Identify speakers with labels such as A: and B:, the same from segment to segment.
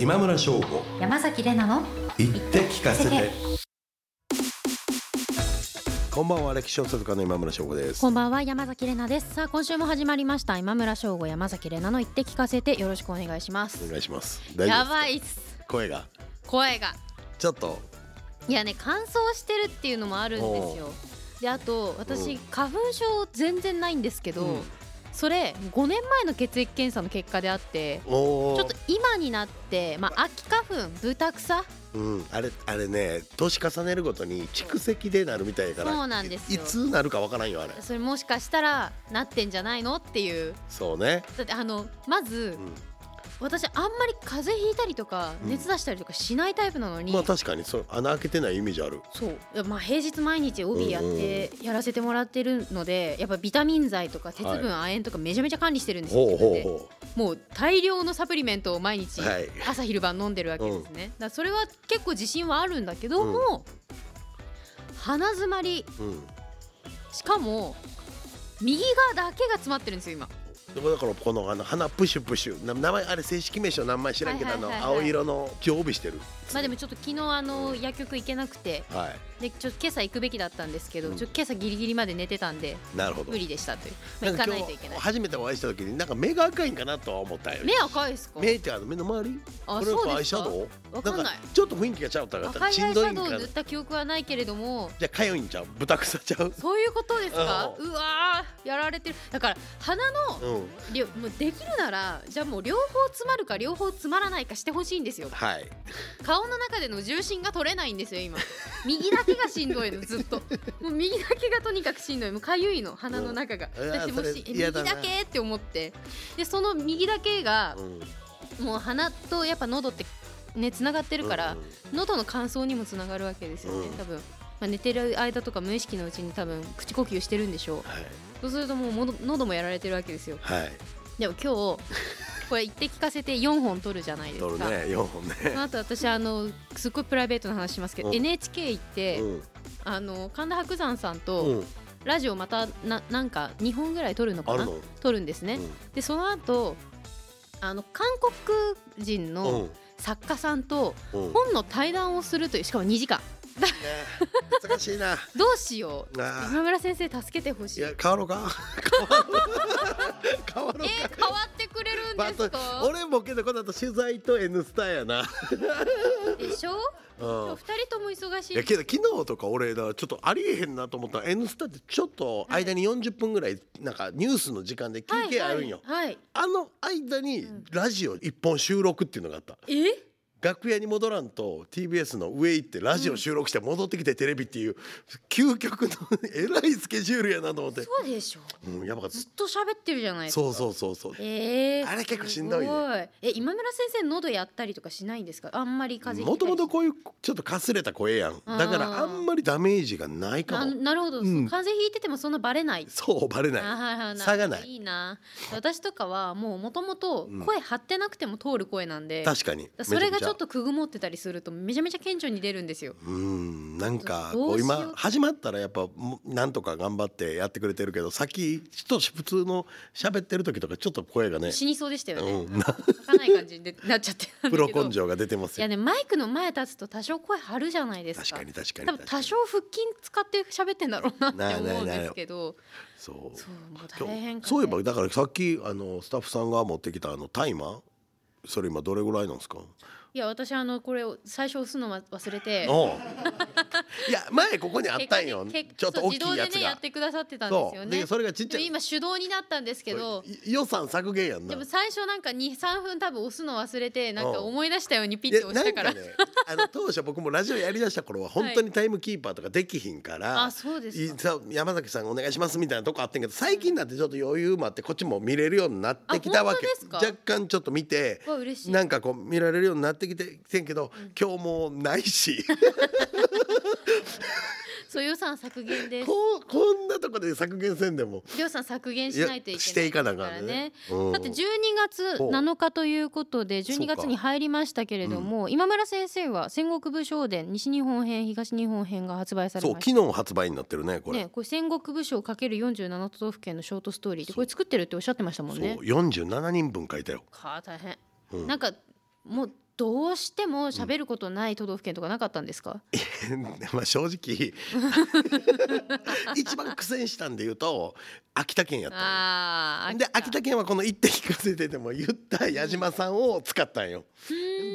A: 今村翔吾
B: 山崎れなの
A: 言って聞かせてこんばんは歴史小説家の今村翔吾です
B: こんばんは山崎れなですさあ今週も始まりました今村翔吾山崎れなの言って聞かせてよろしくお願いしま
A: お
B: す
A: 願いします大丈夫
B: や
A: ですか
B: ばいっす
A: 声が
B: 声が
A: ちょっと
B: いやね乾燥してるっていうのもあるんですよであと私、
A: うん
B: 花粉症全然ないんですけど、
A: うん
B: それ5年前の血液検査の結果であって
A: おお
B: ちょっと今になってまあ秋花粉豚草
A: うんあれあれね年重ねるごとに蓄積でなるみたいやから
B: そうなんですよ
A: いいつなるかわからんよあれ
B: それもしかしたらなってんじゃないのっていう
A: そうね
B: だってあのまず
A: う
B: 私あんまり風邪ひいたりとか
A: うん
B: 熱出したりとかしないタイプなのに、
A: んまあ確かにそう穴開けてないイメージある
B: そういやまあ平日毎日帯やっ
A: うんうん
B: てやらせてもらってるのでやっぱビタミン剤とか鉄
A: はい
B: 分亜鉛とかめちゃめちゃ管理してるんですよ、
A: ほう
B: 自分
A: ほ
B: で
A: うほ
B: もう大量のサプリメントを毎日
A: うはい
B: 朝昼晩飲んでるわけですね、だからそれは結構自信はあるんだけども、鼻づまり
A: うん
B: しかも右側だけが詰まってるんですよ今
A: でもだからこのあの花プシュプシュな名前あれ正式名称何枚知らんけど、
B: はいはいはいはい
A: あの青色の常備してる
B: まあでもちょっと昨日あの薬局行けなくて
A: は
B: でちょっと今朝行くべきだったんですけど、
A: うん
B: ちょっと今朝ギリギリまで寝てたんで
A: いなるほど
B: 無理でしたという、まあ、
A: な
B: 行
A: んか
B: か
A: 今
B: ない
A: 日
B: といけない
A: 初めてお会いした時になんか目が赤いんかなとは思ったよ
B: 目赤いですか
A: 目ってあの目の周り
B: あ
A: これやっぱ
B: そう
A: ア
B: で
A: イ
B: す
A: シャ
B: か
A: ドウ
B: わかんない
A: かちょっと雰囲気がちゃうとかった
B: 赤
A: ら
B: い
A: し
B: ア
A: ん
B: イ
A: ど
B: シ
A: い
B: ャ
A: ん
B: ドウ
A: か
B: を
A: な
B: 塗った記憶はないけれども
A: じゃあかゆいんちゃう豚草ちゃう
B: そういうことですか
A: う
B: うわーやられてるだから鼻の
A: うん
B: りょもうできるならじゃあもう両方詰まるか両方詰まらないかしてほしいんですよ
A: はい
B: 顔の中での重心が取れないんですよ今 右だけがしんどいのずっともう右だけがとにかくしんどいもうかゆいの鼻の中が、
A: うんうわ
B: だっても
A: それ
B: しえ
A: 嫌だ
B: 右
A: な
B: だけって思ってでその右だけが
A: うん
B: もう鼻とやっぱ喉ってねつながってるから、喉の乾燥にもつながるわけですよね、
A: うん
B: 多分、まあ、寝てる間とか無意識のうちに多分口呼吸してるんでしょう
A: はい
B: そうするともうもど喉もやられてるわけですよ
A: はい
B: でも 今日これ言って聞かせて4本取るじゃないです
A: 取る
B: か、
A: ね四本ね
B: まあ、あと私あのすっごいプライベートな話しますけど、
A: うん
B: NHK 行って、
A: うん
B: あの神田伯山さんと、
A: うん
B: ラジオまたななんか2本ぐらい撮るのか
A: ある
B: な
A: の
B: 撮るんですね、
A: うん
B: でその後あの韓国
A: う
B: 人の
A: ん
B: 作家さんと
A: うんね
B: 本の対談をするというしかも2時間
A: 難しいな
B: どうしよう
A: あー
B: 今村先生助けてほし
A: い
B: い
A: や変わろうか 変わろう
B: えー、変わってくれるんですか、
A: 俺もけどこの後取材と「N スタ」や な、
B: でしょ
A: うん
B: 今日二人とも忙し
A: い
B: い
A: やけど昨日とか俺だからちょっとありえへんなと思ったら「N スタ」ってちょっと間に40分ぐらいなんかニュースの時間で休憩あるんよ、
B: はい、はい
A: あの間に
B: うん
A: ラジオ一本収録っていうのがあった
B: え
A: 楽屋に戻らんと TBS の上行ってラジオ収録して戻ってきてテレビっていう究極の えらいスケジュールやなと思って
B: そうでしょ
A: うんやばかっ
B: ずっと喋ってるじゃな
A: た
B: いですか
A: そうそうそうそう
B: えー、
A: あれ結構しんどいね
B: すごえ今村先生喉やったりとかしないんですかあんまり風邪
A: もともと
B: と
A: こういうちょっとかすれた声やん
B: あー
A: だからあんまりダメージがないか
B: な
A: も
B: なるほど、
A: うん
B: 風邪ひいててもそんなバレない
A: そうバレない
B: あーるほど
A: 差がない
B: いいな私とかはもうもともと声張ってなくても通る声なんで、
A: 確かに
B: それがちょ
A: と
B: っとくぐもってたりするとめちゃめちゃ顕著に出るんですよ
A: うんなんか
B: ど
A: こう
B: うしよう
A: 今始まったらやっぱもなんとか頑張ってやってくれてるけどさっきちょっと普通の喋ってる時とかちょっと声がね、
B: 死にそうでしたよね、
A: うん、な
B: 書かない感じになっちゃってたんだけ
A: プ
B: ど
A: ロ根性が出てます
B: いや
A: よ
B: ねマイクの前立つと多少声張るじゃないです
A: 確
B: か
A: かに確かに
B: 多分
A: 確か
B: 多
A: に
B: 少腹筋使って喋ってんだろうなって思うんですけど
A: そう
B: そうもう
A: 今
B: 大変
A: 日そういえば
B: ば
A: だからさっきあのスタッフさんが持ってきたあのタイマーそれ今どれぐらいなんですか
B: いや私あのこれを最初押すのは忘れて
A: おういや前ここにあったんよ
B: 結果結
A: ちょっと大き
B: そう
A: いや
B: 自
A: つ
B: 動でねや
A: が
B: ってくださってたんで
A: そ
B: す
A: う
B: よ
A: で,、
B: ね
A: それがちっちゃ
B: で
A: い
B: 今手動になったんですけど
A: これ予算削減やんな
B: でも最初なんか23分多分押すの忘れてなんか思い出したようにピ
A: い
B: ッ
A: や
B: て押したから
A: なんね、あの当初僕もラジオやりだした頃は本当にタイムキーパーとかできひんから、
B: あそうです
A: い
B: か
A: さ山崎さんお願いしますみたいなとこあってんけど最近になってちょっと余裕もあってこっちも見れるようになってきたわけ
B: あ本当ですか
A: 若干ちょっと見て
B: わ嬉しい
A: なんかこう見られるようになってってきてきてんけど、今日もうないし
B: そう予算削減です
A: こうこんなとこで削減せんでも
B: 予算削減しないといけない
A: やしていかなあかんね
B: からね
A: うん
B: だって12月7日ということで
A: そうか
B: 12月に入りましたけれども、今村先生は戦国武将伝西日本編東日本編が発売され
A: そう
B: まし
A: 昨日発売になってるねこ
B: た
A: れ。
B: ね、これ戦国武将 ×47 都道府県のショートストーリーでこれ作ってるっておっしゃってましたもんね
A: そう47人分書いたよ、
B: かあ大変、
A: うん
B: なんかもうどうしても喋ることない都道府県とかなかったんですか、
A: まあ正 直一番苦戦したんで言うと秋田県やったのよ
B: ああ
A: で秋田県はこの「一手聞かせて」でも言った矢島さんを使ったんよ。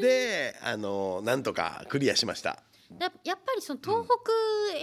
A: であのなんとかクリアしました。
B: だやっぱりその東北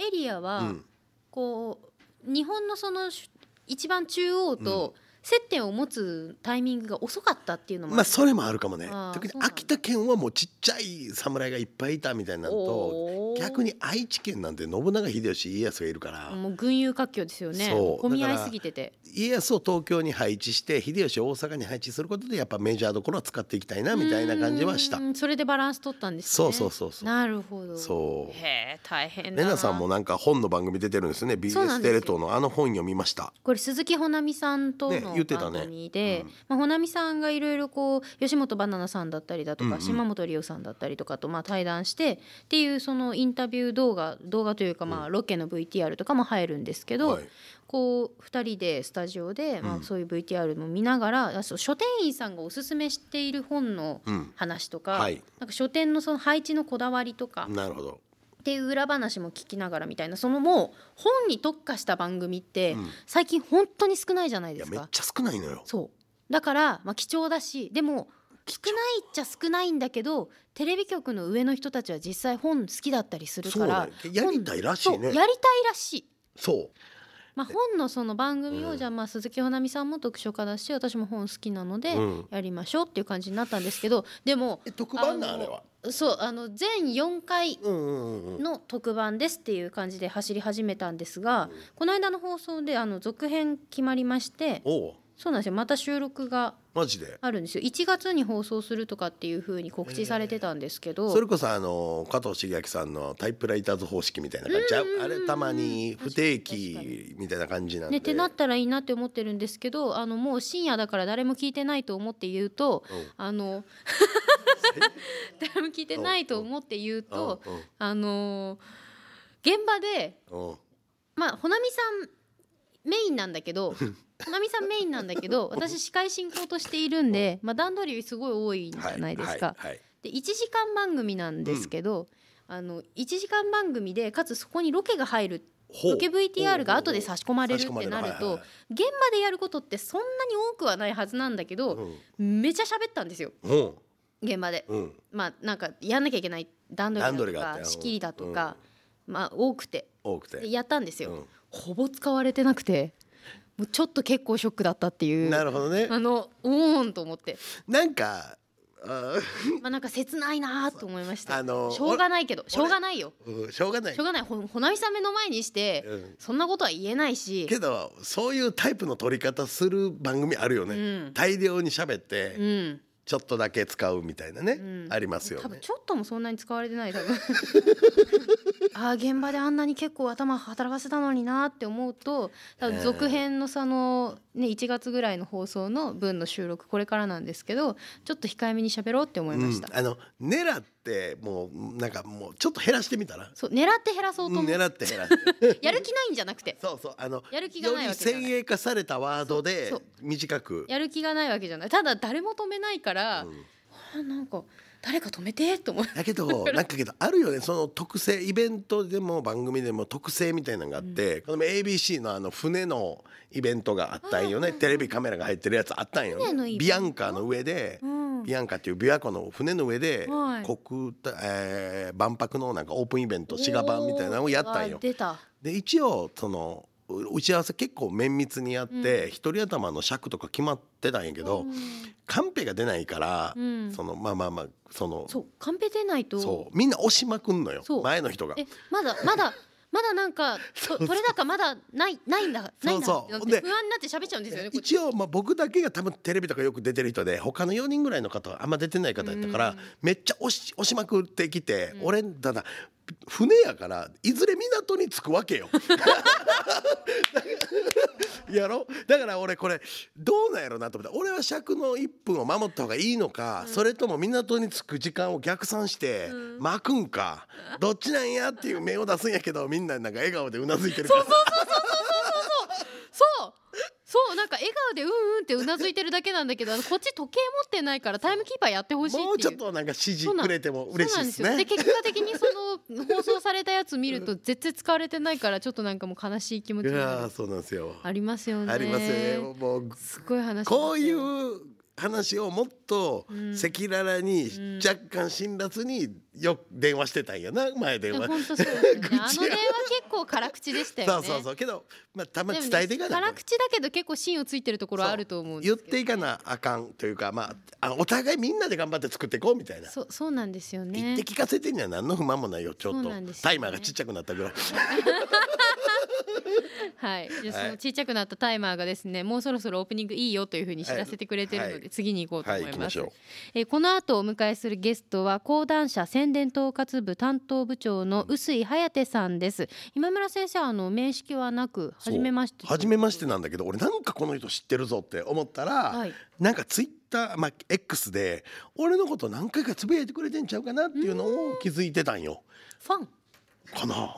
B: エリアは、
A: うん
B: こう日本のそのし一番中央と接点を持つタイミングが遅かったっていうのも
A: まあそれもあるかもね
B: あー
A: 特に
B: そうなんだ
A: 秋田県はもうちっちゃい侍がいっぱいいたみたいなんと
B: おー
A: 逆に愛知県なんて信長秀吉家康がいるから
B: もう群雄割拠ですよね
A: そう
B: 混み合
A: だ
B: い
A: から
B: すぎてて
A: 家康を東京に配置して秀吉を大阪に配置することでやっぱメジャーどころは使っていきたいなみたいな感じはした
B: う。ーんそれでバランス取ったんですね
A: そうそうそうそう
B: なるほど
A: そう
B: へえ大変だ
A: レ
B: な
A: ナさんもなんか本の番組出てるんですよね
B: そうな
A: BS
B: んです
A: テ
B: よ
A: レ東のあの本読みました。
B: これ鈴木保奈美さんと
A: ね
B: の
A: 言ってた
B: 番
A: ね
B: 組で、
A: うん
B: まあ、保奈美さんがいろいろこう吉本ばななさんだったりだとか、
A: うんうん
B: 島本理生さんだったりとかとまあ対談してっていうそのインタビュー動画動画というかまあロケの VTR とかも入るんですけど、
A: はい
B: こう2人でスタジオで、ま
A: う
B: あ、
A: ん
B: そういう VTR も見ながら、あそう書店員さんがおすすめしている本の
A: うん
B: 話とか,、
A: はい
B: なんか書店のその配置のこだわりとか、
A: なるほど。
B: っていう裏話も聞きながらみたいなそのもう本に特化した番組って、
A: うん
B: 最近本当に少ないじゃない
A: い
B: で
A: や
B: す
A: めっ
B: か。
A: ちゃ少ないのよ。
B: そうだから、まあ、貴重だしでも少ないっちゃ少ないんだけどテレビ局の上の人たちは実際本好きだったりする
A: そ
B: か
A: うだ
B: ら
A: ね。やりたいらしい
B: そうや
A: ね
B: り。たいらしい。
A: そう。
B: まあ、本のその番組
A: う
B: を
A: ん
B: じゃあまあ鈴木保奈美さんも読書家だし私も本好きなので
A: うん
B: やりましょうっていう感じになったんですけどでも
A: え特番な
B: あ
A: あ
B: の
A: れは。
B: そうあの全4回
A: うんうんうんうん。
B: の特番ですっていう感じで走り始めたんですが、この間の放送であの続編決まりまして
A: おおう
B: そうなんですよまた収録が
A: マジで。
B: あるんですよ1月に放送するとかっていう風に告知されてたんですけど、
A: それこそあの加藤茂明さんのタイプライターズ方式みたいな感じちゃう
B: うんうんうん
A: あれたまに不定
B: 確かに確
A: 期みたいな感じなん
B: ね、
A: で。
B: ってなったらいいなって思ってるんですけどあのもう深夜だから誰も聞いてないと思って言うと
A: うん
B: あの誰も聞いてないと思って言うと
A: うん
B: あの現場で
A: うんうん
B: まあほなみさんメインなんだ けどほなみさんメインなんだけど私司会進行としているんで、まあ、段取りすごい多いんじゃないですか。
A: はいはいはい
B: で1時間番組なんですけど、あの1時間番組でかつそこにロケが入る
A: ほう
B: ロケ VTR が後で差し込まれるっ
A: 差し込ま
B: て
A: れる
B: なる
A: はい
B: と
A: はい
B: 現場でやることってそんなに多くはないはずなんだけど、めちゃ喋ったんですよ
A: うん
B: 現場で。
A: うん
B: まあなんかやんなきゃいけない段取
A: 段取
B: り
A: り
B: だ
A: があって
B: とか仕切りだとか、まあ多くて
A: 多く
B: で
A: て。
B: やったんですよ、
A: うん
B: ほぼ使われてなくてもうちょっと結構ショックだったっていう
A: なるほどね。
B: あのおーんと思って
A: なんかあー
B: まあなんか切ないなーと思いました、
A: あの
B: しょうがないけどしょうがないよ
A: うんしょうがない
B: しょう。がないほほなみさん目の前にして、
A: うん
B: そんなことは言えないし
A: けどそういうタイプの取り方する番組あるよね、
B: うん
A: 大量に喋って、
B: うん
A: ちょっとだけ使うみたいなね、
B: うん
A: ありますよ
B: 多分
A: ね
B: ちょっともそんなに使われてない多分ああ現場であんなに結構頭働かせたのになーって思うと多分
A: ねえ
B: 続編のその、ね、1月ぐらいの放送の分の収録これからなんですけどちょっと控えめに喋ろうって思いました、
A: うんあの狙ってもうなんかもうちょっと減らしてみたら
B: そう狙って減らそうと思う、
A: 狙って減らして
B: やる気ないんじゃなくて
A: そうそうあの
B: やる気がないわけじゃ
A: よ
B: ない
A: り先鋭化されたワードで
B: そうそ
A: 短く
B: やる気がないわけじゃないただ誰も止めないから、
A: ん
B: あなんか誰か止めてと思う
A: だけどなんかけどあるよねその特性イベントでも番組でも特性みたいなのがあって、この ABC のあの船のイベントがあったんよねテレビカメラが入ってるやつあったんよ
B: 船のイ
A: ね
B: ベント
A: ビアンカの上で、
B: うん
A: ビアンカっていう琵琶湖の船の上で、
B: はい
A: 国体えー万博のなんかオープンイベント滋賀版みたいなのをやったん
B: おーあ
A: よ。
B: 出た
A: で一応そのう打ち合わせ結構綿密にやって一、人頭の尺とか決まってたんやけど、
B: うん
A: カンペが出ないから、
B: うん
A: そのまあまあまあその
B: そうカンペ出ないと
A: そうみんな押しまくんのよ
B: そう
A: 前の人が
B: えまだまだまだなんか
A: そうそ
B: と
A: う
B: 取れ高まだないないんだないんだ
A: そうそう
B: ってな
A: で
B: って不安になって喋っちゃうんですよねこっち
A: 一応まあ僕だけが多分テレビとかよく出てる人で他の4人ぐらいの方はあんま出てない方やったから、
B: うん
A: めっちゃ押し押しまくってきて、
B: うん
A: 俺ただ船やからいずれ港に着くわけよ。 やろだから俺これどうなんやろなと思って俺は尺の1分を守った方がいいのか、それとも港に着く時間を逆算して
B: うん
A: 巻くんか、どっちなんやっていう目を出すんやけどみんななんか笑顔でうなずいてるから
B: そうそうなんか笑顔でうんうんってうなずいてるだけなんだけどあのこっち時計持ってないからタイムキーパーやってほしいっていう
A: もうちょっとなんか指示くれても嬉しいです
B: そうなん
A: ね
B: ですよで結果的にその放送されたやつ見ると全然使われてないからちょっとなんかもう悲しい気持
A: い
B: ちに
A: や
B: な
A: ー
B: る
A: そうなんですよ。
B: ありますよね
A: ありますね。もう
B: すごい話
A: こういう話をもっと
B: うん
A: 赤裸々に
B: うん
A: 若干辛辣によく電話してたんやな前電話。
B: 本当そうで すよね
A: 愚痴
B: あの電話結構辛口でしたよね
A: そうそうそうけどまあたま
B: でも
A: に
B: ね
A: 伝えていかな
B: 辛。口だけど結構芯をついてるところはあると思うんで
A: 言
B: す
A: っ
B: けど
A: ていかなあかんというかまああお互いみんなで頑張って作っていこうみたいな。
B: そうそうなんですよ
A: 言っ
B: ね
A: て聞かせてには何の不満もないよちょっ
B: そ
A: と
B: うなんですよね
A: タイマーがちっちゃくなったぐらい
B: はいじゃあ
A: はい
B: そのちっちゃくなったタイマーがですねもうそろそろオープニングいいよというふうに知らせてくれてるので、
A: はい
B: 次に行こうと
A: はい
B: 思
A: 行
B: い
A: き
B: ま、
A: ますしょ
B: えーこの後お迎えするゲストは講談社宣伝統括部担当部長の臼井颯さんです今村先生あの面識はなく
A: そう
B: 初めまして
A: う初めましてなんだけど俺なんかこの人知ってるぞって思ったら、
B: はい
A: なんかツイッター、まあ、X で俺のこと何回かつぶやいてくれてんちゃうかなっていうのを気づいてたんよ。
B: ファン
A: かな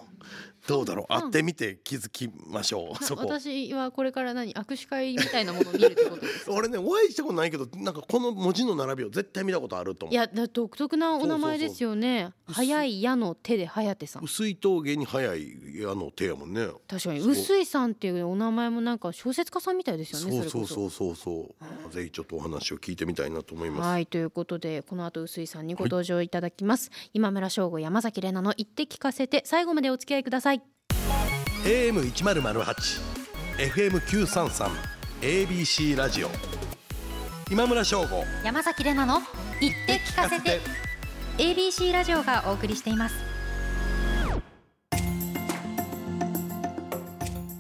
A: どうだろう
B: うん
A: 会ってみて気づきましょうそこ。
B: 私はこれから何握手会みたいなものを見るってことです
A: 俺ねお会いしたことないけどなんかこの文字の並びを絶対見たことあると
B: い
A: 思う。
B: やだ独特なお名前ですよね
A: そうそう
B: 早い矢の手で颯さん
A: 薄い峠に早いあの手やもんね。
B: 確かに
A: そう
B: 臼井さんっていうお名前もなんか小説家さんみたいですよね
A: そうそう
B: れこ
A: そうそうそう。ぜひちょっとお話を聞いてみたいなと思います。
B: はいということでこの後臼井さんにご登場いただきます、今村翔吾山崎怜奈の言って聞かせて最後までお付き合いください
A: AM 一ゼロゼロ八、FM 九三三、ABC ラジオ。今村翔吾。
C: 山崎怜奈の「言って聞かせて」ABC ラジオがお送りしています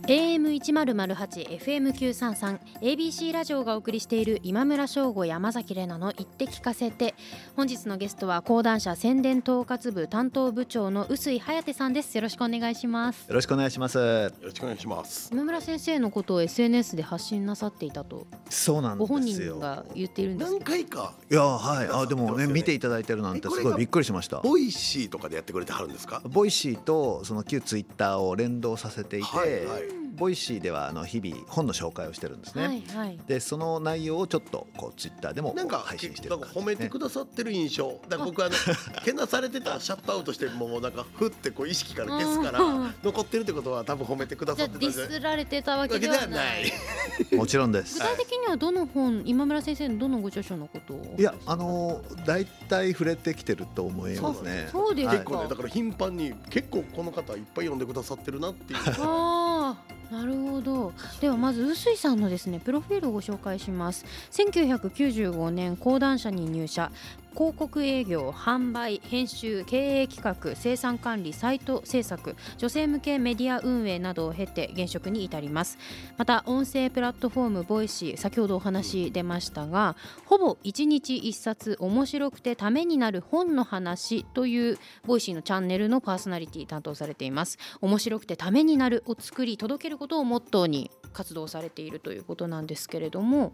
B: AM 一ゼロゼロ八 FM 九三三 ABC ラジオがお送りしている今村翔吾山崎怜奈の言って聞かせて本日のゲストは講談社宣伝統括部担当部長の臼井颯さんですよろしくお願いします
D: よろしくお願いします。
A: よろしくお願いします。
B: 今村先生のことを SNS で発信なさっていたと
D: そうなん
B: ご本
D: です
B: 人
D: よ。
B: が言っているんです
A: 何回か
D: いやはい。
A: なさ
D: あ
A: って
D: で
A: ますよ
D: も
A: ね
D: ね見ていただいてるなん
A: え
D: て
A: これ
D: す
A: が
D: ごいびっくりしました。
A: ボイシーとかでやってくれてはるんですか。
D: ボイシーとその旧ツイッターを連動させていて、
A: はいはい
D: ボイシーではあの日々本の紹介をしてるんですね。
B: はいはい
D: でその内容をちょっとこうツイッターでも
A: なんか
D: 配信して
A: な
D: る
A: んか
D: 感じで
A: 褒
D: す
A: め
D: ね
A: てくださってる印象。だから僕はあのけなされてたらシャットアウトしてもうなんかふってこう意識から消すから
B: うん
A: 残ってるってことは多分褒めてくだ
B: じ
A: さ
B: ゃ
A: っ
B: あ
A: て
B: デ
A: たんじ
B: ィ
A: ゃない。
B: スられてたわけではない。
D: もちろんで
B: 具
D: す。
B: 体的にはどの本、今村先生のどのご著書のことを。
D: いやあのだいたい触れてきてると思いますね。
B: そうですか。
A: 結構ねだから頻繁に結構この方いっぱい呼んでくださってるなっていう。
B: ああ、なるほど。ではまず臼井さんのですね、プロフィールをご紹介します。1995年講談社に入社。広告営業、販売、編集、経営企画、生産管理、サイト制作、女性向けメディア運営などを経て現職に至ります。また音声プラットフォームボイシー、先ほどお話出ましたが、ほぼ1日1冊面白くてためになる本の話というボイシーのチャンネルのパーソナリティ担当されています。面白くてためになるを作り届けることをモットーに活動されているということなんですけれども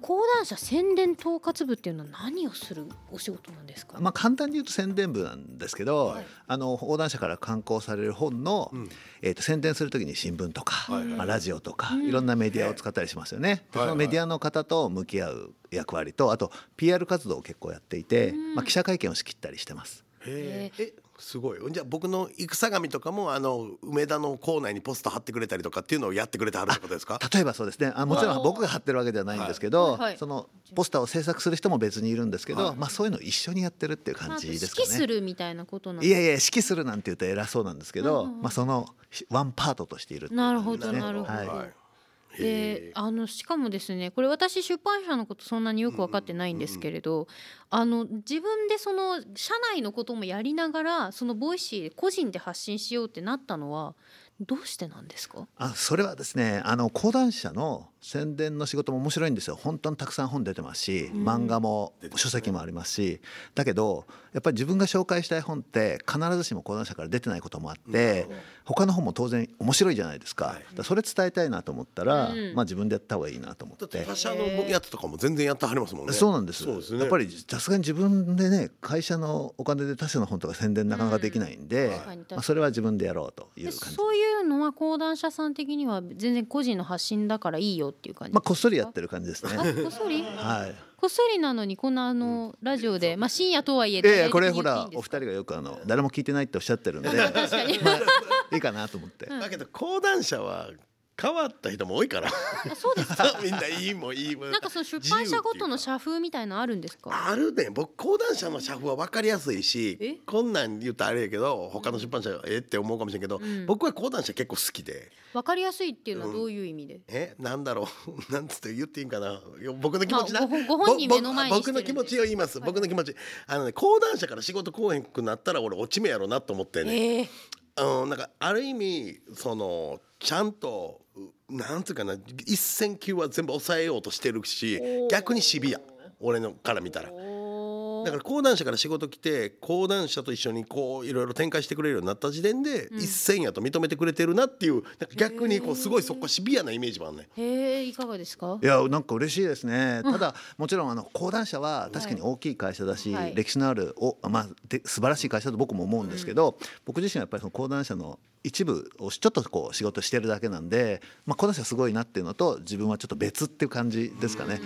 B: 講談社宣伝統括部っていうのは何をするお仕事なんですか、
D: まあ簡単に言うと宣伝部なんですけど、
B: はい
D: あの講談社から刊行される本の、
A: うん
D: えー、と宣伝するときに新聞とか、
A: はいはい
D: まあ、ラジオとか、
B: うん
D: いろんなメディアを使ったりしますよね。で
A: はいはい
D: そのメディアの方と向き合う役割とあと PR 活動を結構やっていて、
B: うん
D: まあ、記者会見を仕切ったりしてます。
A: へーえすごいじゃあ僕の戦神とかもあの梅田の校内にポスト貼ってくれたりとかっていうのをやってくれてはるってことですか
D: 例えばそうですねあもちろん僕が貼ってるわけではないんですけど、
B: はいはい
D: そのポスターを制作する人も別にいるんですけど、
A: はい
D: まあ、そういうのを一緒にやってるっていう感じ
B: まあ
D: で
B: 指
D: すか
B: 揮す
D: ね。
B: るみたいなことなん
D: いやいや指揮するなんて言うと偉そうなんですけど、
B: うんうんうん
D: まあ、そのワンパートとしているっていう
B: なるほ
D: 感
B: ど
D: じですね
B: なるほど、
D: はい
A: はいへ
B: で
A: え
B: あのしかもですねこれ私出版社のことそんなによく分かってないんですけれど、あの自分でその社内のこともやりながらそのボイシーで個人で発信しようってなったのはどうしてなんですか
D: あそれはですねあの講談社の宣伝の仕事も面白いんですよ本当にたくさん本出てますし、
B: ん
D: 漫画も
A: 出てますね
D: 書籍もありますしだけどやっぱり自分が紹介したい本って必ずしも講談社から出てないこともあって、他の本も当然面白いじゃないですか,、
A: はい
D: それ伝えたいなと思ったら、
B: うん
D: まあ、自分でやった方がいいなと思
A: だ
D: っ
A: って
D: て。
A: 他社のやつとかも全然やってはりますもんね。
D: そうなんです
A: そうですね。
D: やっぱりさすがに自分でね会社のお金で他社の本とか宣伝なかなかできないんで、
A: うん
B: 確かに確かに
D: まあ、それは自分でやろうという
B: で
D: 感じです
B: そういうのは講談社さん的には全然個人の発信だからいいよっていう感じ
D: まあ、こっそりやってる感じですね。
B: あこっそり
D: はい
B: こっそりなのにこんなあのラジオで、まあ、深夜とはいえ
D: いやいやこれほ
B: いい
D: ら
B: んで
D: お
B: す
D: 二
B: か
D: 人がよくあの誰も聞いてないっておっしゃってるんで、 ま
B: 確かに
D: あ、いいかなと思って。
A: だけど講談社は変わった人も多いから。そうです みんないいもいいも。
B: なんかその出版社ごとの社風みたいのあるんですか
A: あるね僕講談社の社風は分かりやすい
B: え
A: しこんなん言うとあれやけど他の出版社はえって思うかもしれんけど、
B: うん
A: 僕は講談社結構好きで
B: わかりやすいっていうのはどういう意味で、
A: えなんだろう なんつって言っていいんかないや僕の気持ちな、
B: まあごご本人
A: ぼ
B: 目の前にしてるん
A: 僕
B: で
A: の気持ちを言います、
B: はい
A: 僕の気持ちあのね講談社から仕事来へんくなったら俺落ち目やろうなと思ってんねん
B: ええ
A: あのなんかある意味そのちゃんとうなんつうかな一線級は全部抑えようとしてるし
B: おー
A: 逆にシビア俺のから見たら。
B: おー
A: だから講談社から仕事来て講談社と一緒にこういろいろ展開してくれるようになった時点で、
B: うん
A: 一線やと認めてくれてるなっていうなんか逆にこうすごいそこシビアなイメージもあんねん
B: へえいかがですか
D: いやなんか嬉しいですね。ただもちろんあの講談社は確かに大きい会社だし、
B: はい
D: 歴史のあるおまあで素晴らしい会社だと僕も思うんですけど、僕自身はやっぱりその講談社の一部をちょっとこう仕事してるだけなんで、まあ講談社すごいなっていうのと自分はちょっと別っていう感じですかね。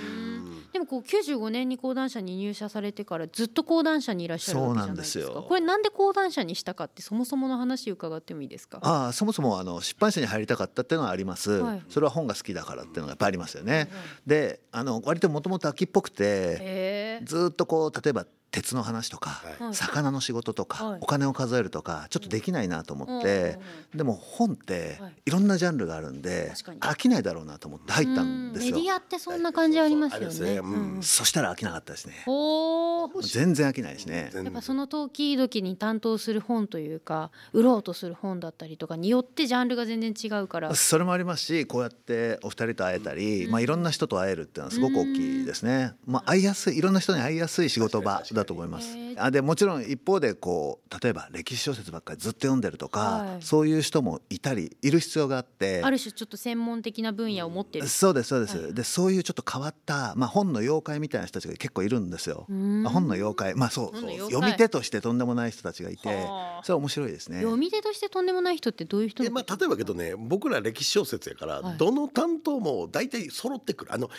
B: でもこう95年に講談社に入社されてからずっと講談社にいらっしゃるわけじゃないですか
D: そうなんですよ
B: これなんで講談社にしたかってそもそもの話伺ってもいいですか
D: ああそもそもあの出版社に入りたかったっていうのはあります、
B: はい
D: それは本が好きだからっていうのがやっぱりありますよね、であの割ともともと秋っぽくて
B: へえ
D: ずーっとこう例えば鉄の話とか、
A: はい
D: 魚の仕事とか、
B: はい
D: お金を数えるとかちょっとできないなと思って、でも本って
B: はい
D: いろんなジャンルがあるんで、
B: 確かに
D: 飽きないだろうなと思って入ったんですよ
B: メディアってそんな感じありますよね
A: そうそうありますねうん
B: うん
D: そしたら飽きなかったですね
B: おお
D: 全然飽きないですね
A: 全
B: や
A: 然
B: っぱその時々に担当する本というか売ろうとする本だったりとかによってジャンルが全然違うから
D: それもありますしこうやってお二人と会えたり、
B: うん
D: まあ、いろんな人と会えるっていうのはすごく大きいですね、まあ、会いやすいいろんな人に会いやすい仕事場だと思いま
B: 確
D: す
B: かに確か
D: あでもちろん一方でこう例えば歴史小説ばっかりずっと読んでるとか、
B: はい
D: そういう人もいたりいる必要があって
B: ある種ちょっと専門的な分野を持ってる。
D: そうですそうです、
B: はい
D: でそういうちょっと変わった、まあ、本の妖怪みたいな人たちが結構いるんですよ、まあ本の妖怪まあそう
B: 本
D: そう
B: の妖怪
D: 読み手としてとんでもない人たちがいて
B: はあ
D: それは面白いですね
B: 読み手としてとんでもない人ってどういう人
A: でまあ、例えばけどね僕ら歴史小説やから、
B: はい
A: どの担当も大体揃ってくるあのぼ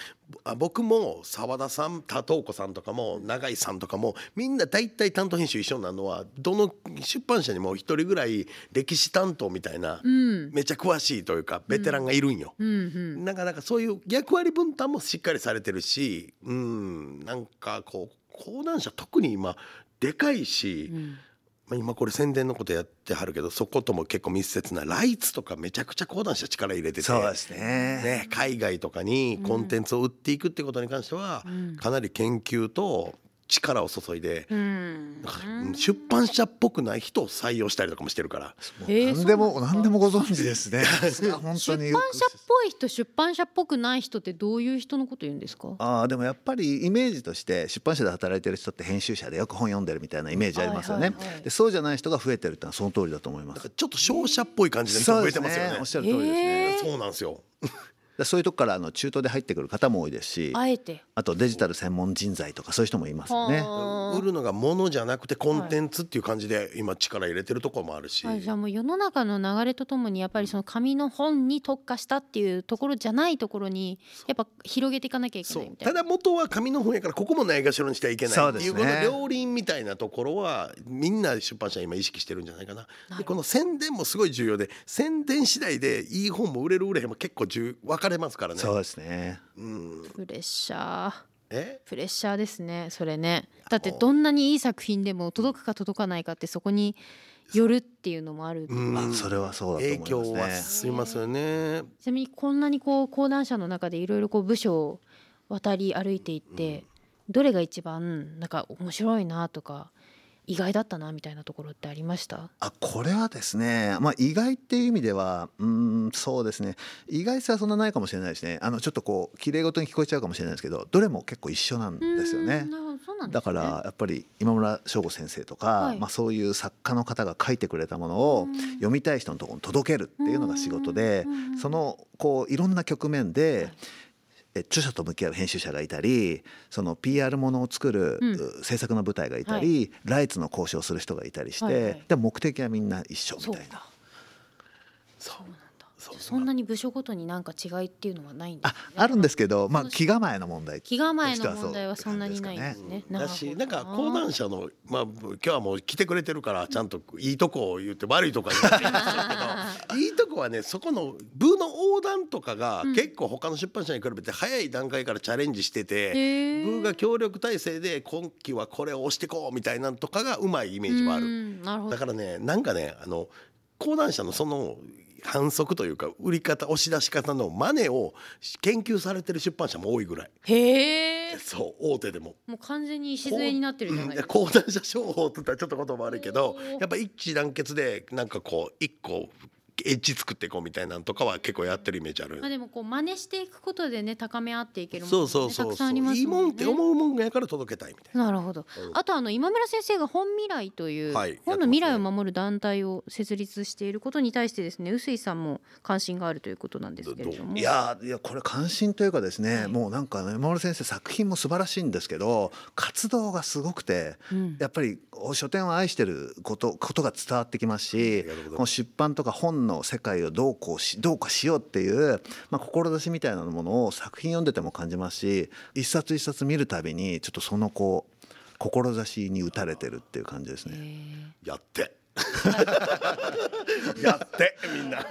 A: あ僕も澤田さん多藤子さんとかも永井さんとかもみんな大体担当編集一緒になるのはどの出版社にも一人ぐらい歴史担当みたいな、
B: うん
A: めちゃ詳しいというかベテランがいるんよ。
B: うんうん
A: なんかなんかそういう役割分担もしっかりされてるしうんなんかこう講談社特に今でかいし。
B: うん
A: まあ、今これ宣伝のことやってはるけどそことも結構密接なライツとかめちゃくちゃ講談社力入れてて、
D: そうですね
A: ね、海外とかにコンテンツを売っていくってことに関しては、かなり研究と力を注いで、
B: うん
A: なんか出版社っぽくない人を採用したりとかもしてるから
D: もう
B: えー
D: 何でも、
B: そうなんですか
D: 何でもご存知です ね。本当に
B: 出
D: よ
B: 版
D: く
B: 社っぽい人出版社っぽくない人ってどういう人のこと言うんですか
D: ああでもやっぱりイメージとして出版社で働いてる人って編集者でよく本読んでるみたいなイメージありますよね。
B: はいはいはい
D: でそうじゃない人が増えてるってのはその通りだと思い
A: な
D: ま
A: ん
D: す
A: か。ちょっと商社っぽい感じで
D: そ
A: 増
D: うで
A: え
D: す
A: てますよね
D: ね。おっしゃる通りですね。
B: えー
A: そうなんですよ
D: でそういうとこからあの中東で入ってくる方も多いですし、
B: あえて
D: あとデジタル専門人材とかそういう人もいますよね。
B: はあ
A: 売るのがものじゃなくてコンテンツっていう感じで今力入れてるところもあるし、
B: はい、じゃあもう世の中の流れとともにやっぱりその紙の本に特化したっていうところじゃないところにやっぱ広げていかなきゃいけ
A: そ
B: ないみ
A: う
B: たい
A: た
B: な。
A: だ元は紙の本やからここもないがしろにしてはいけない
D: そう
A: って
D: です
A: い
D: ね
A: うこの両輪みたいなところはみんな出版社は今意識してるんじゃないかなでこの宣伝もすごい重要で宣伝次第でいい本も売れる売れへんも結構重分かれますからね
D: そうですね。
A: うん
B: プレッシャー。
A: え
B: プレッシャーですねそれねだってどんなにいい作品でも届くか届かないかってそこによるっていうのもある、
A: うん
D: あそれはそうだと
A: 影
D: 思いま
A: 響は
D: すね。
A: すいますよね。
B: ちなみにこんなにこう講談社の中でいろいろこう部署を渡り歩いていって、どれが一番なんか面白いなとか意外だったなみたいなところってありました
D: あこれはですね、まあ、意外っていう意味ではうーんそうですね意外性はそんなないかもしれないですねあのちょっとこうきれいごとに聞こえちゃうかもしれないですけどどれも結構一緒なんですよね
B: うーん。なるほどそうなんで
D: だ
B: すね
D: からやっぱり今村翔吾先生とか、
B: はい
D: まあ、そういう作家の方が書いてくれたものを
B: うん
D: 読みたい人のところに届けるっていうのが仕事で
B: うんうん
D: そのこういろんな局面で
B: い。
D: え著者と向き合う編集者がいたりその PR ものを作る、
B: うん
D: う制作の舞台がいたり、ライツの交渉をする人がいたりして、
B: はいはい
D: でも目的はみんな一緒み
B: そう
D: た
B: か
D: いな。
A: そう
B: そうなんだ
A: そう
B: じゃあそんなに部署ごとになんか違いっていうのはないんです
D: あ
B: ね
D: あるんですけど、まあ、
B: そう
D: 気構えの問題
B: 気構えの問題はそんなにないんですね。
A: だしな
B: な
A: ん
B: るほ
A: か
B: ど
A: 講談社のまあ今日はもう来てくれてるからちゃんといいとこを言って悪いとこは言って言いましたけど いいとこはねそこの部の横断とかが
B: うん
A: 結構他の出版社に比べて早い段階からチャレンジしてて、
B: へー
A: 部が協力体制で今期はこれを押してこうみたいなのとかがうまいイメージはあ
B: う
A: る。
B: んなるほ
A: だ
B: ど。
A: からねなんかねあの講談社のその反則というか売り方押し出し方の真似を研究されてる出版社も多いぐらい
B: へえ。
A: そう大手でも。
B: もう完全に礎になってるじゃないですか。
A: 講談社商法って言ったらちょっと言葉悪いけど
B: おー
A: やっぱ一致団結でなんかこう一個エッジ作っていこうみたいなのとかは結構やってるイメージある
B: まあでもこう真似していくことでね高め合っていけるもの
A: そ
B: も
A: う
B: ね
A: そうそう
B: たく
A: そ
B: さんあ
A: う
B: ります
A: いいもんって
B: ね。
A: 思うもんやから届けたいみたいな
B: なるほど
A: うん。
B: あとあの今村先生が本未来という
A: はい
B: 本の未来を守る団体を設立していることに対してですね、臼井さんも関心があるということなんですけれども。
D: いやーいやこれ関心というかですね、
B: はい
D: もうなんかね山村先生作品も素晴らしいんですけど活動がすごくて
B: うん、
D: やっぱりお書店を愛してることことが伝わってきますし
A: りがとうございます
D: この出版とか本の世界をどうこうしどうかしようっていう、まあ、志みたいなものを作品読んでても感じますし一冊一冊見るたびにちょっとそのこう志に打たれてるっていう感じですね。
A: やって やってみんな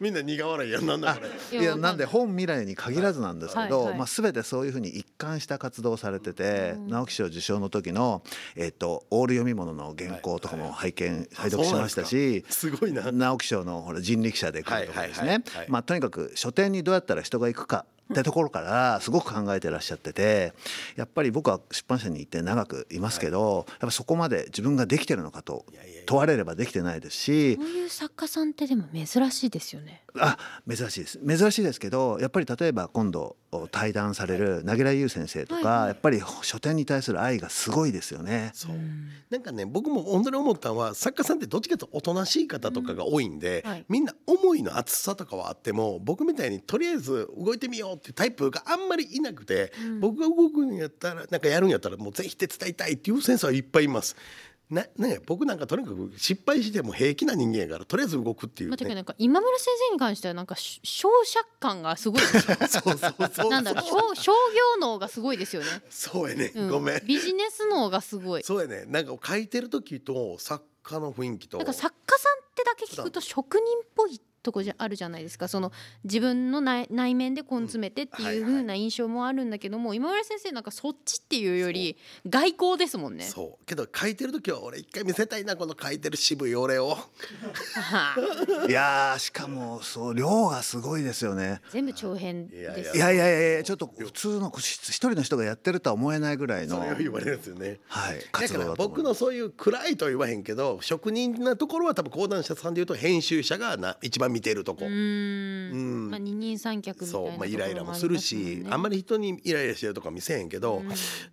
A: みんな苦笑いやんなんだこれ
D: い
B: いや
D: やなんで本未来に限らずなんですけど、
B: はいはい
D: まあ、全てそういうふうに一貫した活動をされてて、
B: うん
D: 直木賞受賞の時の、えっとオール読み物の原稿とかも拝見、拝読しましたし
A: そうなんですかすごいな
D: 直木賞のほら人力車で来るとかですね、
A: はいはいはいはい
D: まあ、とにかく書店にどうやったら人が行くかってところからすごく考えてらっしゃっててやっぱり僕は出版社に行って長くいますけど、やっぱそこまで自分ができてるのかと
A: いやいやいや
D: 問われればできてないですし、
B: こういう作家さんってでも珍しいですよね。
D: あ珍しいです珍しいですけどやっぱり例えば今度対談されるなぎらゆう先生とか、
B: はいはい
D: やっぱり書店に対する愛がすごいですよね。
A: そうなんかね僕も本当に思ったのは作家さんってどっちかというとおとなしい方とかが多いんで、
B: うんはい
A: みんな思いの厚さとかはあっても僕みたいにとりあえず動いてみようっていうタイプがあんまりいなくて、
B: うん
A: 僕が動くんやったらなんかやるんやったらもうぜひ手伝いたいっていうセンスはいっぱいいます。なね、僕なんかとにかく失敗しても平気な人間やからとりあえず動くっていう、
B: まあ、てか
A: ね
B: なんか今村先生に関してはなんかし商社感がすごいですよ
A: そうそうそう
B: なんだろう商商業能がすごいですよね、
A: そうやね、
B: う
A: ごめん
B: ビジネス能がすごい
A: そうやねなんか書いてる時と作家の雰囲気と
B: なんか作家さんってだけ聞くと職人っぽいとこじゃあるじゃないですかその自分の内内面で根詰めてって
A: うんはいいうはい
B: 風な印象もあるんだけども、今村先生なんかそっちっていうより外交ですもんね
A: そうけど書いてる時は俺一回見せたいなこの書いてる渋い俺を
B: はあ
D: いやーしかもそう量がすごいですよね。
B: 全部長編で
D: い
B: す
D: やいやいやいやちょっと普通のし一人の人がやってるとは思えないぐらいの、
A: そ
D: は
A: れを
D: い
A: 言われるんですよね、だ
D: 活
A: か
D: 動だ
A: ら
D: と思
A: 僕
D: いま
A: の
D: す。
A: そういう暗いとは言わへんけど職人なところは多分講談社さんでいうと編集者がな一番見てるとこ、
B: う
A: うんん
B: まあ、二人三脚みたい
A: そ
B: な
A: う、まあ、
B: と
A: イ
B: ころ
A: ライラもするしあんま
B: り
A: り人にイライラしてるとか見せへんけど、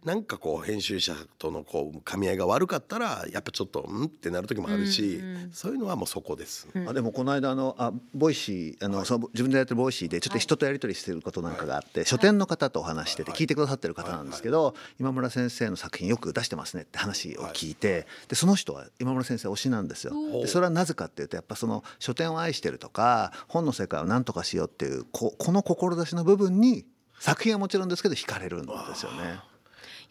A: なんかこう編集者とのこう噛み合いが悪かったらやっぱちょっとうんってなる時もあるし、
B: うんうん
A: そういうのはもうそこです。
B: うん
D: あでもこの間あのあボイシーあの、その自分でやってるボイシーでちょっと人とやり取りしてることなんかがあって、書店の方とお話してて聞いてくださってる方なんですけど、今村先生の作品よく出してますねって話を聞いて、でその人は今村先生推しなんですよ。
B: お
D: でそれはなぜかっていうとやっぱその書店を愛してるとか本の世界を何とかしようっていうここの志の部分に作品はもちろんですけど惹かれるんですよね。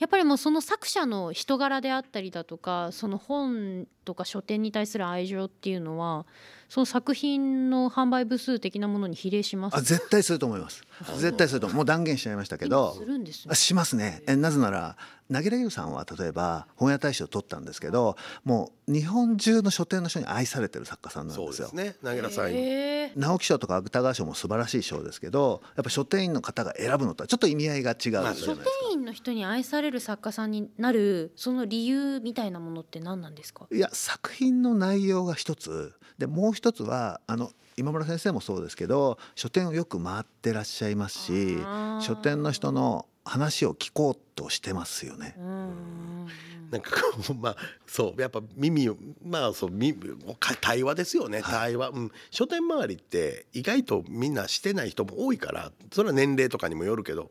B: やっぱりもうその作者の人柄であったりだとかその本とか書店に対する愛情っていうのはその作品の販売部数的なものに比例します
D: あ絶対すると思います絶対すると思うもう断言しちゃいましたけど
B: するんですね
D: あしますねえなぜならなぎらゆうさんは例えば本屋大賞を取ったんですけどもう日本中の書店の人に愛されてる作家さんなん
A: そう
D: で
A: です
D: よ
A: す。ねなぎらさん、
B: へー
D: 直木賞とか芥川賞も素晴らしい賞ですけどやっぱ書店員の方が選ぶのとはちょっと意味合いが違うじゃ
A: ま
D: な
A: あ
D: いです
B: 書
D: か
B: 店員の人に愛される作家さんになるその理由みたいなものって何なんですか
D: いや作品の内容が一つでもう一つはあの今村先生もそうですけど書店をよく回ってらっしゃいますし
B: あー
D: 書店の人の話を聞こうとしてますよね
B: う。ん
A: なんかこうまあそうやっぱ耳をまあそう耳か対話ですよね、対話、うん、書店周りって意外とみんなしてない人も多いからそれは年齢とかにもよるけど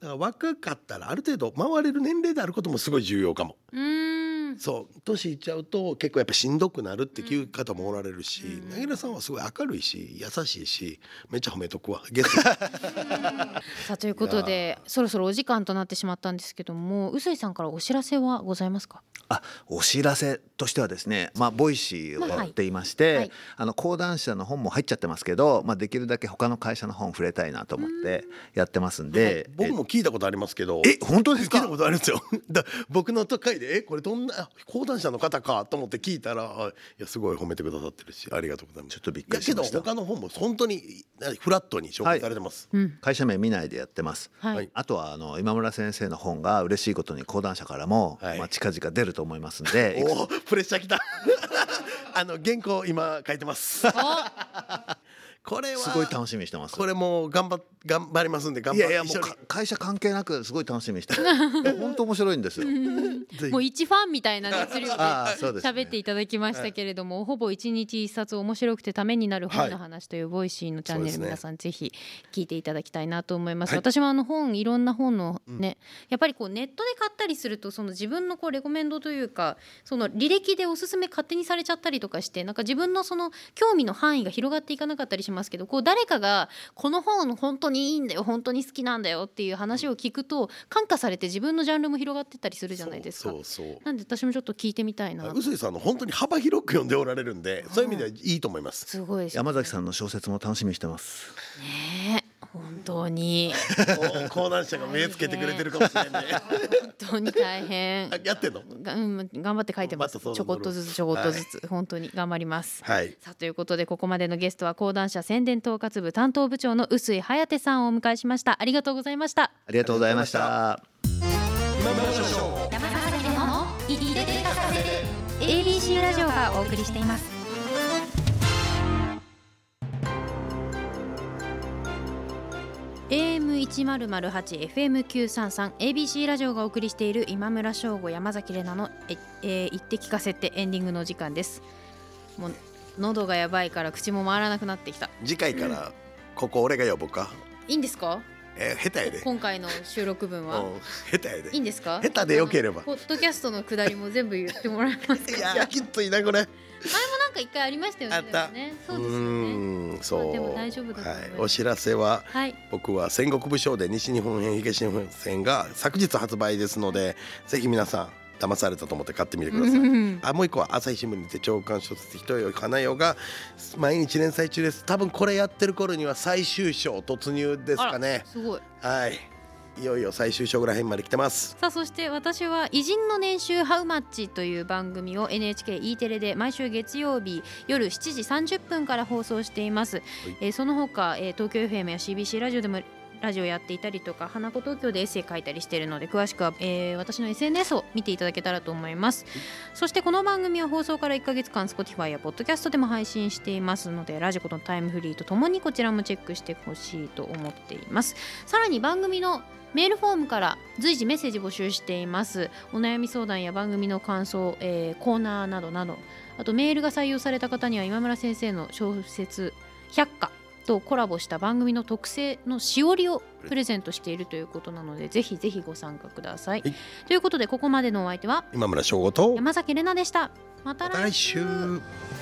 A: だから若かったらある程度回れる年齢であることもすごい重要かも
B: うん
A: そう年いっちゃうと結構やっぱしんどくなるっていう方もおられるしなぎらさんはすごい明るいし優しいしめっちゃ褒めとくわゲス ト
B: さあということでそろそろお時間となってしまったんですけども臼井さんからお知らせはございますか
D: あお知らせとしてはですね、まあ、ボイシーをやっていまし
B: い
D: て、
B: はい
D: あの講談社の本も入っちゃってますけど、まあ、できるだけ他の会社の本触れたいなと思ってやってますんで、
A: 僕も聞いたことありますけど
D: ええ本当です
A: 聞いた
D: か
A: ことあるんですよだ僕の高いで「えこれどんなあ講談社の方か?」と思って聞いたらあ「いやすごい褒めてくださってるしありがとうございます」
D: ちょっとびっくりしました
A: いやけど他の本も本当にあフラットに紹介されてます、
B: うん
D: 会社名見ないでやってます。
B: はい、
A: はい
D: あとはあの今村先生の本が嬉しいことに講談社からも、
A: はい
D: まあ、近々出ると思いますんでいく つ
A: おおプレッシャーきたあの原稿今書いてます これは
D: すごい楽しみにしてます。
A: これもう頑張っ頑張りますんで頑
D: い
A: 張っ
D: や
A: て
D: いやもう
A: 一緒に
D: か会社関係なくすごい楽しみにし てます。本当面白いんですよ。
A: ぜひ
B: もう一ファンみたいな熱量で
D: ああそうですね
B: 喋っていただきましたけれども、ほぼ一日一冊面白くてためになる本の話というボイシーのチャンネ
A: そうです
B: ル、
A: ね
B: 皆さんぜひ聞いていただきたいなと思います。
A: はい
B: 私もあの本いろんな本のね、やっぱりこうネットで買ったりするとその自分のこうレコメンドというかその履歴でおすすめ勝手にされちゃったりとかしてなんか自分のその興味の範囲が広がっていかなかったりしますけどこう誰かがこの本本当にいいんだよ本当に好きなんだよっていう話を聞くと感化されて自分のジャンルも広がってったりするじゃないですか。
A: そうそうそう
B: なんで私もちょっと聞いてみたいな。
A: 臼井さんの本当に幅広く読んでおられるんで、そういう意味ではいいと思います。
B: すごいですね。
D: 山崎さんの小説も楽しみにしてます。
B: ねえ本当に
A: お講談社が目つけてくれてるかもしれ ないね。
B: 本当に 大変。
A: あやってんの。
B: がうん頑張って書いてます。
A: またそう
B: ちょこっとずつちょこっとずつ、本当に頑張ります。
A: はい。
B: さあということでここまでのゲストは講談社宣伝統括部担当部長の臼井颯さんをお迎えしました。ありがとうございました。
D: ありがとうございまし
A: あり
D: た。
C: 山崎れもの「いって聞かせて」ABC ラジオがお送りしています
B: AM1008、FM933、ABC ラジオがお送りしている今村翔吾、山崎怜奈のえ、えー言って聞かせてエンディングのお時間です。もう喉がやばいから口も回らなくなってきた。
A: 次回からここ俺が呼ぼうか。
B: いいんですか？
A: えー、下手やで。
B: 今回の収録分は
A: うん下手やで。
B: いいんですか？
A: 下手で良ければ
B: あのポッドキャストのくだりも全部言ってもらえ ますか？
A: いやーきついなこれ。
B: なんか一回ありましたよね。
A: あった
B: でもねそううですよね。
A: ーん、そう。
B: まあでも大丈夫だと思います
A: はい。お知らせは
B: はい。
A: 僕は戦国武将で西日本編東日本編が昨日発売ですので、ぜひ皆さん騙されたと思って買ってみてください。あもう一個は朝日新聞にて長官小説「ひとよ花よ」が毎日連載中です多分これやってる頃には最終章突入ですかね
B: すごい。
A: はいいよいよ最終章ぐらい辺まで来てます
B: さあそして私は偉人の年収ハウマッチという番組を NHKE テレで毎週月曜日夜7時30分から放送しています、えーその他、えー東京 FM や CBC ラジオでもラジオやっていたりとか花子東京でエッセイ書いたりしているので詳しくは、えー私の SNS を見ていただけたらと思いますそしてこの番組は放送から1ヶ月間 Spotify や Podcast でも配信していますのでラジコのタイムフリーとともにこちらもチェックしてほしいと思っていますさらに番組のメールフォームから随時メッセージ募集していますお悩み相談や番組の感想、えーコーナーなどなどあとメールが採用された方には今村先生の小説「百科」とコラボした番組の特製のしおりをプレゼントしているということなのでぜひぜひご参加ください、
A: はい
B: ということでここまでのお相手は
A: 今村翔吾と
B: 山崎れなでしたまた
A: ま
B: 来週
A: た来週